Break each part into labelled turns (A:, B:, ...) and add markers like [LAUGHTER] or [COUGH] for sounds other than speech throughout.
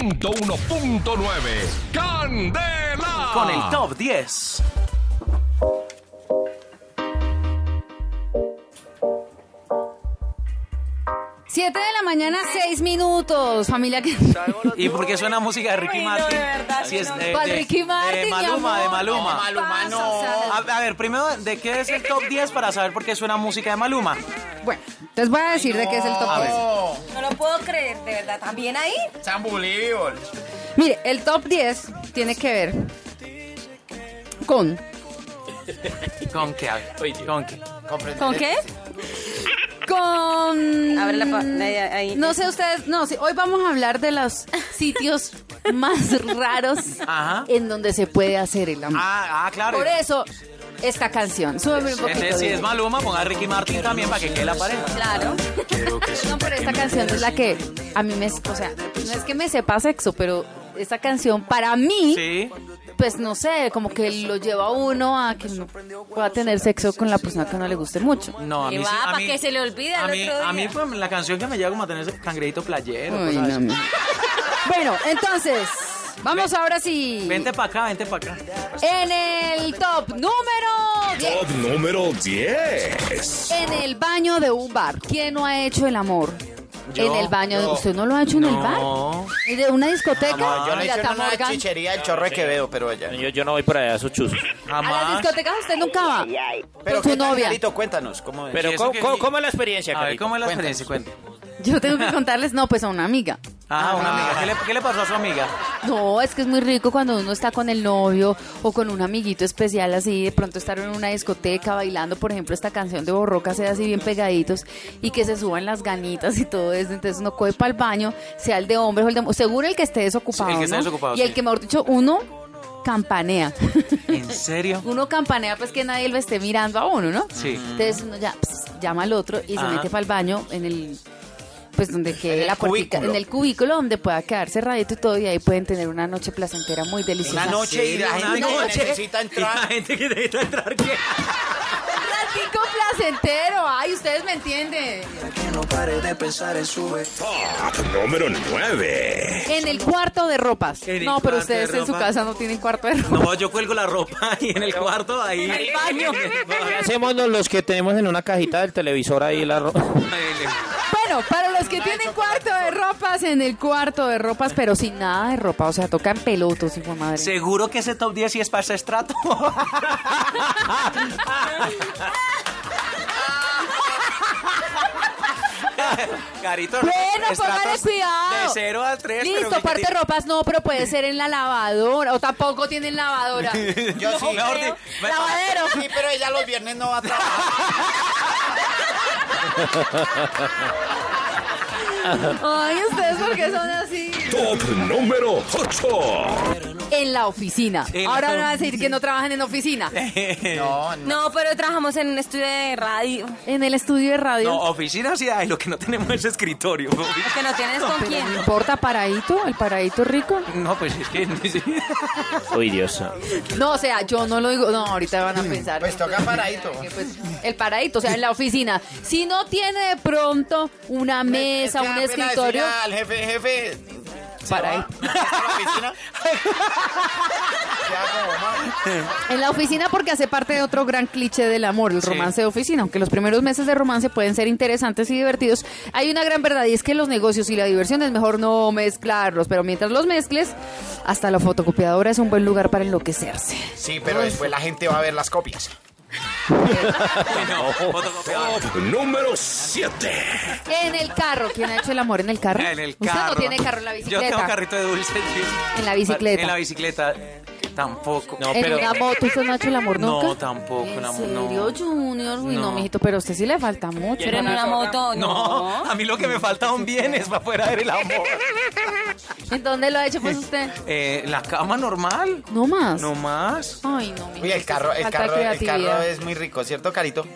A: 101.9 Candela.
B: Con
C: Ah.
B: el top 10.
D: Siete de la mañana, seis minutos, familia que... [LAUGHS]
B: ¿Y por qué suena música de Ricky
E: Uy, no,
B: Martin?
E: de verdad,
B: Así es,
E: no.
B: de-
D: Para
B: de-
D: Ricky Martin,
B: De
D: mi
B: Maluma,
D: amor.
B: de Maluma. Ah.
D: ¿Qué
E: Maluma,
D: pasa?
E: no.
D: O sea,
B: A, a ver, primero, ¿de qué es el top 10 para saber por qué suena música de Maluma?
D: Bueno, les voy a decir de qué es el top
B: A
D: 10.
B: ver.
E: No, no lo puedo creer, de verdad. ¿También ahí?
F: Zambulíbol.
D: Mire, el top 10 tiene que ver con...
B: ¿Con qué? A ver, ¿Con qué?
D: ¿Con qué? Con...
E: Abre la pa- ahí, ahí.
D: No sé ustedes, no, sí, hoy vamos a hablar de los sitios más raros
B: Ajá.
D: en donde se puede hacer el amor.
B: Ah, ah, claro.
D: Por eso, esta canción. Súbeme un poquito.
B: Entonces, si
D: de-
B: es Maluma, ponga a Ricky Martin también para que quede la pareja.
E: Claro.
D: No, pero esta canción es la que a mí me, o sea, no es que me sepa sexo, pero esta canción para mí,
B: Sí.
D: pues no sé, como que lo lleva a uno a que no pueda tener sexo con la persona que no le guste mucho.
B: No, a mí
E: Que
B: sí,
E: va,
B: a
E: pa'
B: mí-
E: que se le olvide
B: a
E: al
B: mí,
E: otro
B: A
E: día.
B: mí, pues, la canción que me llega como a tener ese cangrejito playero.
D: Ay,
B: cosas
D: no,
B: así.
D: mi- Bueno, entonces, vamos ahora sí.
B: Vente para acá, vente para acá.
D: En el top número 10,
A: Top número 10.
D: en el baño de un bar. ¿Quién no ha hecho el amor?
B: Yo,
D: en el baño. de-
F: yo.
D: ¿Usted no lo ha hecho en el bar?
B: No.
D: ¿Y de una discoteca?
F: No, yo lo
D: Mira,
F: hice en
D: está
F: una
D: Morgan.
F: chichería del chorro de Quevedo, pero allá.
C: Yo, yo no voy para allá a esos chuzos.
D: A las
B: Jamás.
D: discotecas usted nunca va.
F: Pero
D: con
F: ¿qué
D: su
F: tal,
D: novia.
F: Carito? Cuéntanos, ¿cómo es?
C: Pero,
B: ¿Y eso
C: ¿cómo,
B: que-
C: cómo- cómo es la experiencia,
B: A ver,
C: Carito?
B: ¿cómo es la experiencia? Cuenta.
D: Yo tengo que contarles, no, pues a una amiga.
B: Ah, una amiga. ¿Qué le, qué le pasó a su amiga?
D: No, es que es muy rico cuando uno está con el novio o con un amiguito especial así, de pronto estar en una discoteca bailando, por ejemplo, esta canción de Borroca, sea así bien pegaditos y que se suban las ganitas y todo eso. Entonces uno coge para el baño, sea el de hombres o el de mu- seguro el que esté desocupado.
B: Sí, el que esté
D: ¿no?
B: desocupado,
D: Y el
B: sí.
D: que, mejor dicho, uno campanea.
B: ¿En serio?
D: uno campanea pues que nadie lo esté mirando a uno, ¿no?
B: Sí.
D: Entonces uno ya pss, llama al otro y
B: Ajá.
D: se mete para el baño en el pues donde quede la puertica,
F: cubículo.
D: en el cubículo donde pueda quedar cerradito y todo y ahí pueden tener una noche placentera muy deliciosa.
F: Una noche y la
B: Sí,
F: gente
D: una
F: que
D: noche.
F: necesita
B: Y la
F: entrar.
B: gente que necesita entrar, ¿qué?
D: Platico placentero, ay, ustedes me entienden.
A: Top número 9.
D: En el cuarto de ropas.
B: En el
D: No, pero
B: cuarto de
D: ustedes en su
B: ropa.
D: casa no tienen cuarto de ropa.
B: No, yo cuelgo la ropa y en el cuarto ahí.
D: El baño.
C: Hacemos los que tenemos en una cajita del televisor ahí la ropa.
D: Bueno, para los que tienen cuarto de ropas, en el cuarto de ropas, pero sin nada de ropa, o sea, tocan pelotos, hijo de madre.
B: [LAUGHS] Seguro que ese top 10 sí es para ese estrato. [LAUGHS] Carito,
D: Bueno, póngale
B: estratos
D: cuidado.
B: De 0 a 3.
D: Listo, parte de ropas no, pero puede ser en la lavadora. O tampoco tienen lavadora.
F: Yo sí.
D: Lavadero.
F: Sí, pero ella los viernes no va a trabajar.
D: Ay, ustedes, ¿por qué son así?
A: Top número 8.
D: En la oficina.
B: En la
D: Ahora van a decir que no trabajan en oficina.
F: No,
E: No, pero trabajamos en un estudio de radio.
D: En el estudio de radio.
B: [LAUGHS] No, oficinas sí hay, lo que no tenemos es
D: [LAUGHS]
B: escritorio.
E: Es que no tienes con
D: Pero
E: quién.
D: no importa, paradito, el paradito rico.
B: No, pues es que... [LAUGHS]
C: Uy, Dios.
D: No, o sea, yo no lo digo. No, ahorita van a pensar.
F: Pues toca paradito.
D: que, pues, el paradito, o sea, en la oficina. Si no tiene de pronto una mesa,
F: Es que
D: un
F: da pena
D: escritorio,
F: decirle Al jefe, jefe.
D: paradito.
F: ¿Está en la oficina? Ya, como mal.
D: En la oficina porque hace parte de otro gran cliché del amor, el
B: Sí.
D: romance de oficina. Aunque los primeros meses de romance pueden ser interesantes y divertidos, hay una gran verdad y es que los negocios y la diversión es mejor no mezclarlos. Pero mientras los mezcles, hasta la fotocopiadora es un buen lugar para enloquecerse.
F: Sí, pero después la gente va a ver las copias.
B: no, fotocopiador.
A: Top número 7.
D: En el carro. ¿Quién ha hecho el amor en el carro?
B: En el
D: Usted
B: carro.
D: no tiene carro en la bicicleta.
B: Yo tengo carrito de dulce. sí.
D: En la bicicleta.
B: En la bicicleta. eh, Tampoco.
C: No,
D: en
C: pero-
D: una moto, usted no ha hecho el amor
B: No,
D: nunca.
B: tampoco, el
D: ¿En
B: amor, no.
D: serio, Junior? Uy, no.
B: No.
D: mijito, pero a usted sí le falta mucho.
E: Pero en una moto,
B: No,
E: no.
B: a mí lo que me falta un bien es para poder ver el amor.
D: ¿En dónde lo ha
B: [LAUGHS]
D: hecho pues usted?
B: Eh, la cama normal.
D: No más.
B: No más.
D: Ay, no, mijito,
F: Oye, el carro, el
D: falta
F: carro, el
D: creatividad.
F: carro es muy rico, ¿cierto, Carito?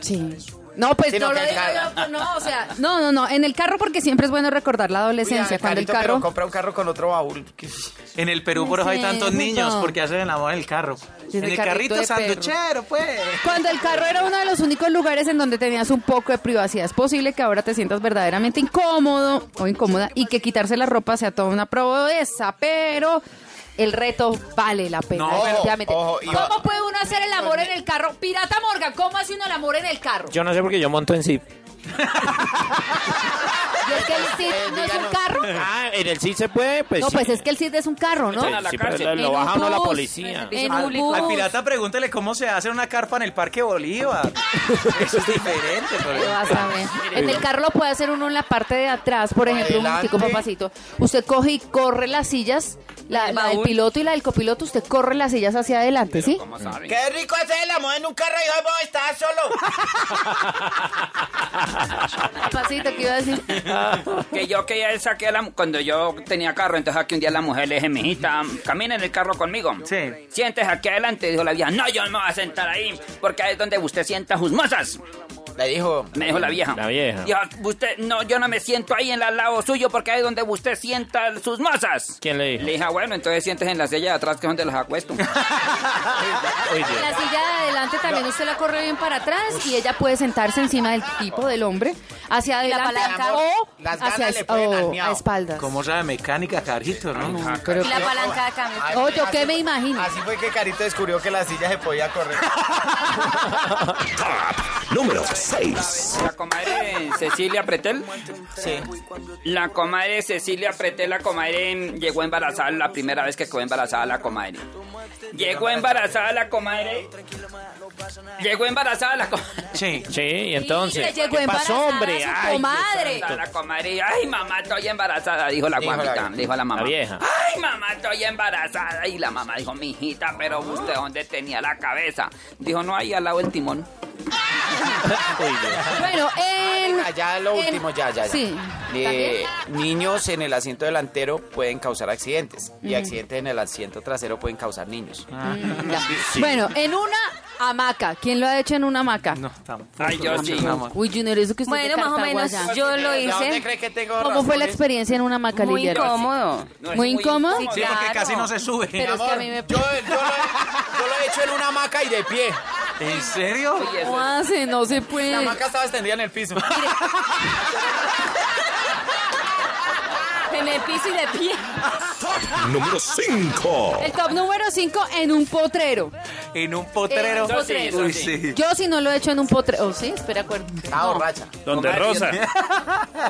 D: Sí. No, pues
F: Sino
D: no lo
F: que
D: digo
F: cada-
D: yo, pues, no, o sea, no, no, no, en el carro porque siempre es bueno recordar la adolescencia,
F: Cuida,
D: cuando el
F: carito, pero
D: carro...
F: compra un carro con otro baúl. que-
B: En el Perú por eso hay
D: Sí,
B: tantos
D: justo.
B: niños porque hacen el amor en el carro.
D: Sí,
B: en el carrito,
D: carrito de perro.
B: sanduchero, pues.
D: Cuando el carro era uno de los únicos lugares en donde tenías un poco de privacidad, es posible que ahora te sientas verdaderamente incómodo o incómoda y que quitarse la ropa sea toda una proeza, pero el reto vale la pena.
B: No,
D: definitivamente.
F: ojo, y va-
D: ¿Cómo puede uno hacer el amor en el carro? Pirata Morgan, ¿cómo hace uno el amor en el carro?
C: [LAUGHS] Yo no sé porque yo monto en sí.
D: ¿Y es
F: [LAUGHS] Eh,
D: que el Cid no es un carro?
C: Ah, en el sí se puede, pues.
D: No,
C: sí.
D: pues es que el Cid es un carro, ¿no?
C: Sí, sí, pero lo-
D: En
C: lo
D: un
C: baja uno a la
D: bus,
C: policía.
D: En
E: Al-
D: un bus.
B: Al pirata pregúntele cómo se hace una carpa en el Parque Bolívar. Eso es diferente. pero-
D: [LAUGHS] Lo vas a
C: [LAUGHS]
D: ver. En el carro lo puede hacer uno en la parte de atrás, por ejemplo, un
F: Adelante.
D: tico papacito. Usted coge y corre las sillas, la,
E: El
D: la del
E: baúl.
D: piloto y la del copiloto, usted corre las sillas hacia adelante, ¿sí?
F: Qué rico hacer el amor en un carro y vos estás solo.
D: Papacito, ¿qué iba a
C: [LAUGHS]
D: decir?
G: Que yo que ya saqué a la... Cuando yo tenía carro, entonces aquí un día la mujer le dije, mijita, camina en el carro conmigo.
B: Sí.
G: Sientes aquí adelante, dijo la vieja. No, yo no me voy a sentar ahí, porque ahí es donde usted sienta sus mozas.
F: [LAUGHS] Le dijo.
G: Me dijo la vieja.
C: La vieja.
G: Dijo, usted, no, yo no me siento ahí en el lado suyo, porque ahí es donde usted sienta sus mozas.
C: ¿Quién le dijo?
G: Le dije, "Ah, bueno, entonces sientes en la silla de atrás, que es donde las acuesto.
C: Oye,
D: La silla de adelante también usted la corre bien para atrás y ella puede sentarse encima del tipo, del hombre, hacia
E: Y la
D: adelante
E: palanca.
D: o
F: Las ganas
D: hacia
F: le
D: es-
F: pueden
D: o
F: al miau.
D: a espaldas.
B: ¿Cómo sabe mecánica, carrito, no?
D: Pero-
E: Y la palanca de cambio.
F: Ay,
D: Oh, yo
F: así
D: qué me
F: fue-
D: imagino.
F: Así fue que Carito descubrió que la silla se podía
D: [LAUGHS]
F: correr.
A: Top número 6.
G: La comadre Cecilia Pretel.
F: Sí.
G: La comadre Cecilia Pretel, la comadre em, llegó embarazada la primera vez que quedó embarazada la comadre. Llegó embarazada la comadre. Llegó embarazada la
B: [LAUGHS]
G: comadre.
B: Sí.
C: [LAUGHS] Sí, y
D: Y le
C: entonces.
D: llegó
C: ¿Qué
D: embarazada
C: pasó, hombre?
D: su
C: Ay,
D: comadre.
G: La comadre, ay mamá, estoy embarazada, dijo la
F: Dijo la
G: guapita,
F: vieja.
G: dijo la mamá.
C: La vieja.
G: Ay mamá, estoy embarazada. Y la mamá dijo, mijita, pero usted dónde tenía la cabeza. Dijo, no, ahí al lado del timón.
D: Bueno, en...
F: Allá lo
D: en-
F: último, Ah, ya, ya. ya.
D: Sí.
F: Eh, niños en el asiento delantero pueden causar accidentes y accidentes en el asiento trasero pueden causar niños.
D: Mm, ya. Bueno, en una hamaca. ¿Quién lo ha hecho en una hamaca?
B: No, tampoco.
G: Ay, yo sí.
D: Uy, Junior, eso que usted
E: Bueno,
D: de
E: más o
D: Cartago
E: menos
D: allá.
E: yo lo
F: ¿De dónde
E: hice
F: cree que tengo
D: ¿Cómo fue la
F: raspones?
D: experiencia en una hamaca,
E: muy
D: Lidia?
E: incómodo.
G: No, es
D: Muy incómodo.
B: Sí, porque
E: Claro.
B: casi no se sube.
D: Pero es que a mí me...
F: Yo, yo lo, yo lo he hecho en una hamaca y de pie.
B: ¿En serio?
G: Oye, eso
D: ¿Cómo hace? No se puede.
F: La hamaca estaba extendida en
D: [LAUGHS]
F: el piso.
E: en el piso y de pie.
A: Número 5.
D: El top número 5 en un potrero.
B: En un potrero.
D: En un potrero.
B: Uy, sí.
D: Yo si no lo he hecho en un potrero... Oh, sí, espera, acuerdo.
F: Estaba borracha.
C: Donde Rosa.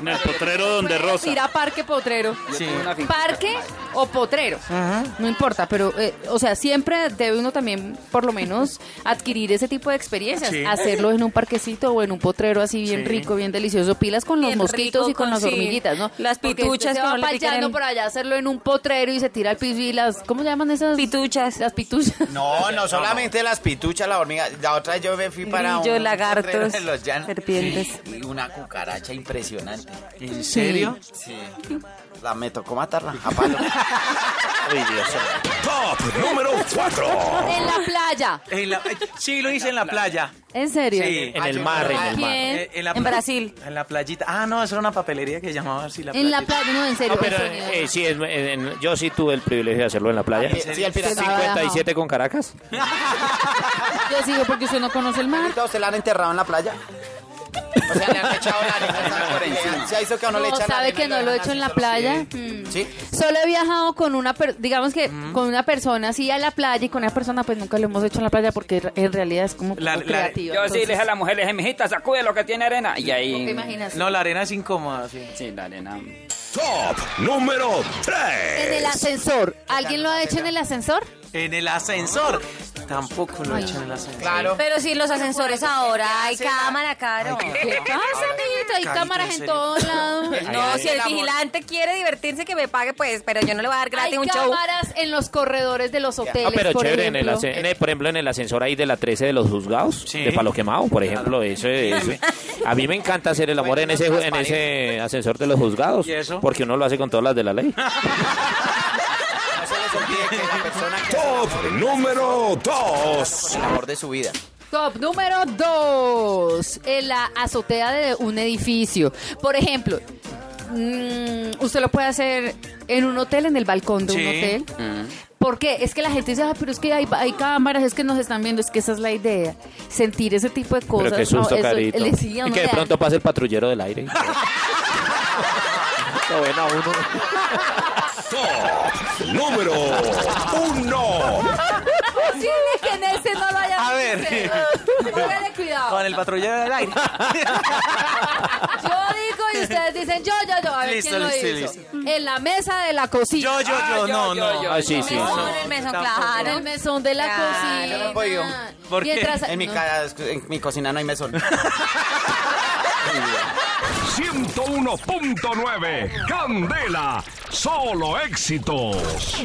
C: En el potrero donde Rosa.
D: Ir a parque potrero.
B: Sí.
G: es una finca.
D: Parque o potrero. No importa, pero, eh, o sea, siempre debe uno también, por lo menos, adquirir ese tipo de experiencias.
B: Sí.
D: Hacerlo en un parquecito o en un potrero así bien
B: Sí.
D: rico, bien delicioso. Pilas con los
E: Bien
D: mosquitos
E: rico,
D: y con,
E: con-
D: las
E: sí.
D: hormiguitas, ¿no?
E: Las
D: Porque
E: pituchas
D: usted se
E: que
D: va
E: no le pican
D: payando
E: el-
D: por allá, hacerlo en un potrero y se tira al piso y las, ¿cómo se llaman esas?
E: Pituchas.
D: Las pituchas.
F: No, no solamente las pituchas, la hormiga. La otra yo me fui para
E: Grillo,
F: un
E: lagartos,
F: potrero en los llanos.
E: serpientes.
F: Y una cucaracha impresionante.
B: ¿En serio?
D: [LAUGHS]
F: Sí. La me tocó matarla a palo.
C: Uy, Dios santo.
A: Top número 4.
D: [LAUGHS] En la playa.
B: En la- sí, lo hice en la playa.
D: ¿En serio?
B: Sí.
C: En el mar, en el mar.
D: ¿Quién?
B: Eh, la
E: En Brasil.
B: En la playita. Ah, no, eso era una papelería que llamaba así la
D: En la
B: playita.
D: playa, no, en serio.
C: No, pero
D: en serio.
C: eh, sí, es- en- en- yo sí tuve el privilegio de hacerlo en la playa.
F: Eh, Sí, al final.
D: Sí.
C: 57 con Caracas.
D: Yo sigo porque usted no conoce el mar.
F: ¿Usted la han enterrado en la playa? O sea, le han echado la [LAUGHS] arena por encima. Se hizo que a uno le
D: No,
F: echan la
D: sabe
F: arena
D: que
F: y lo
D: no lo he
F: dejan
D: hecho en la
F: así
D: playa.
F: solo.
D: Mm.
F: Sí.
D: Solo he viajado con una, per- digamos que con una persona así a la playa y con una persona pues nunca lo hemos hecho en la playa porque re- en realidad es como
B: La-
D: poco
B: la-
D: creativa.
G: Yo sí
D: entonces-
G: le dije a la mujer, le dije, mijita, sacude lo que tiene arena. Y
D: ¿Te
G: ahí...
D: imaginas?
B: No, la arena es incómoda, sí.
G: Sí, la arena.
A: Top número
D: En
A: 3.
D: el ascensor. ¿Alguien lo ha hecho en el ascensor?
B: En el ascensor. Tampoco lo he hecho en el ascensor.
F: Claro.
E: Pero si los ascensores ahora hay cámara, caro.
D: ¿Qué pasa, amiguito? Hay
B: Carito, en
D: cámaras en
B: serio.
D: todos lados.
E: No, si el vigilante quiere divertirse, que me pague, pues, pero yo no le voy a dar gratis
D: Hay
E: un show.
D: cámaras en los corredores de los hoteles.
C: Ah, pero
D: por
C: chévere, en el,
D: ejemplo.
C: ascen- en el- por ejemplo, en el ascensor ahí de la 13 de los juzgados,
B: Sí.
C: de Palo Quemado, por ejemplo, eso, eso. A mí me encanta hacer el amor en ese, ju- en ese ascensor de los juzgados,
B: ¿Y eso?
C: porque uno lo hace con todas las de la ley.
F: No se les olvide que la persona que hace
A: Top número 2.
F: el amor de su vida.
D: Top número dos, en la azotea de un edificio. Por ejemplo, mm, usted lo puede hacer en un hotel, en el balcón de
B: Sí.
D: un hotel.
C: Mm.
D: ¿Por qué? Es que la gente dice, "Ah, pero es que hay, hay cámaras, es que nos están viendo, es que esa es la idea. Sentir ese tipo de cosas.
C: Pero qué susto,
D: no, eso-
C: carito.
D: le sigue a
C: y
D: uno
C: que de
D: de- [LAUGHS]
C: pronto pase el patrullero del aire. Lo ven a uno.
A: Top número uno.
D: Posible que en ese no lo hayan
B: A ver.
D: visto.
B: [LAUGHS]
D: Póngale cuidado.
B: Con el patrullero del aire.
D: Yo digo y ustedes dicen yo, yo, yo. A ver
B: Listo,
D: quién lo
B: listo,
D: hizo. En la mesa de la cocina.
B: Yo, yo, yo,
G: Ah, yo,
B: no,
G: yo,
B: no.
G: yo,
C: Ah, sí, sí.
E: mesón,
B: No,
E: el mesón,
B: tampoco.
D: En el
E: claro.
D: mesón de la
E: Claro.
D: cocina.
F: Yo no voy, yo.
B: ¿Por qué?
F: En mi,
D: no.
F: ca- en mi cocina no hay mesón.
A: 101.9 Candela. Solo éxitos.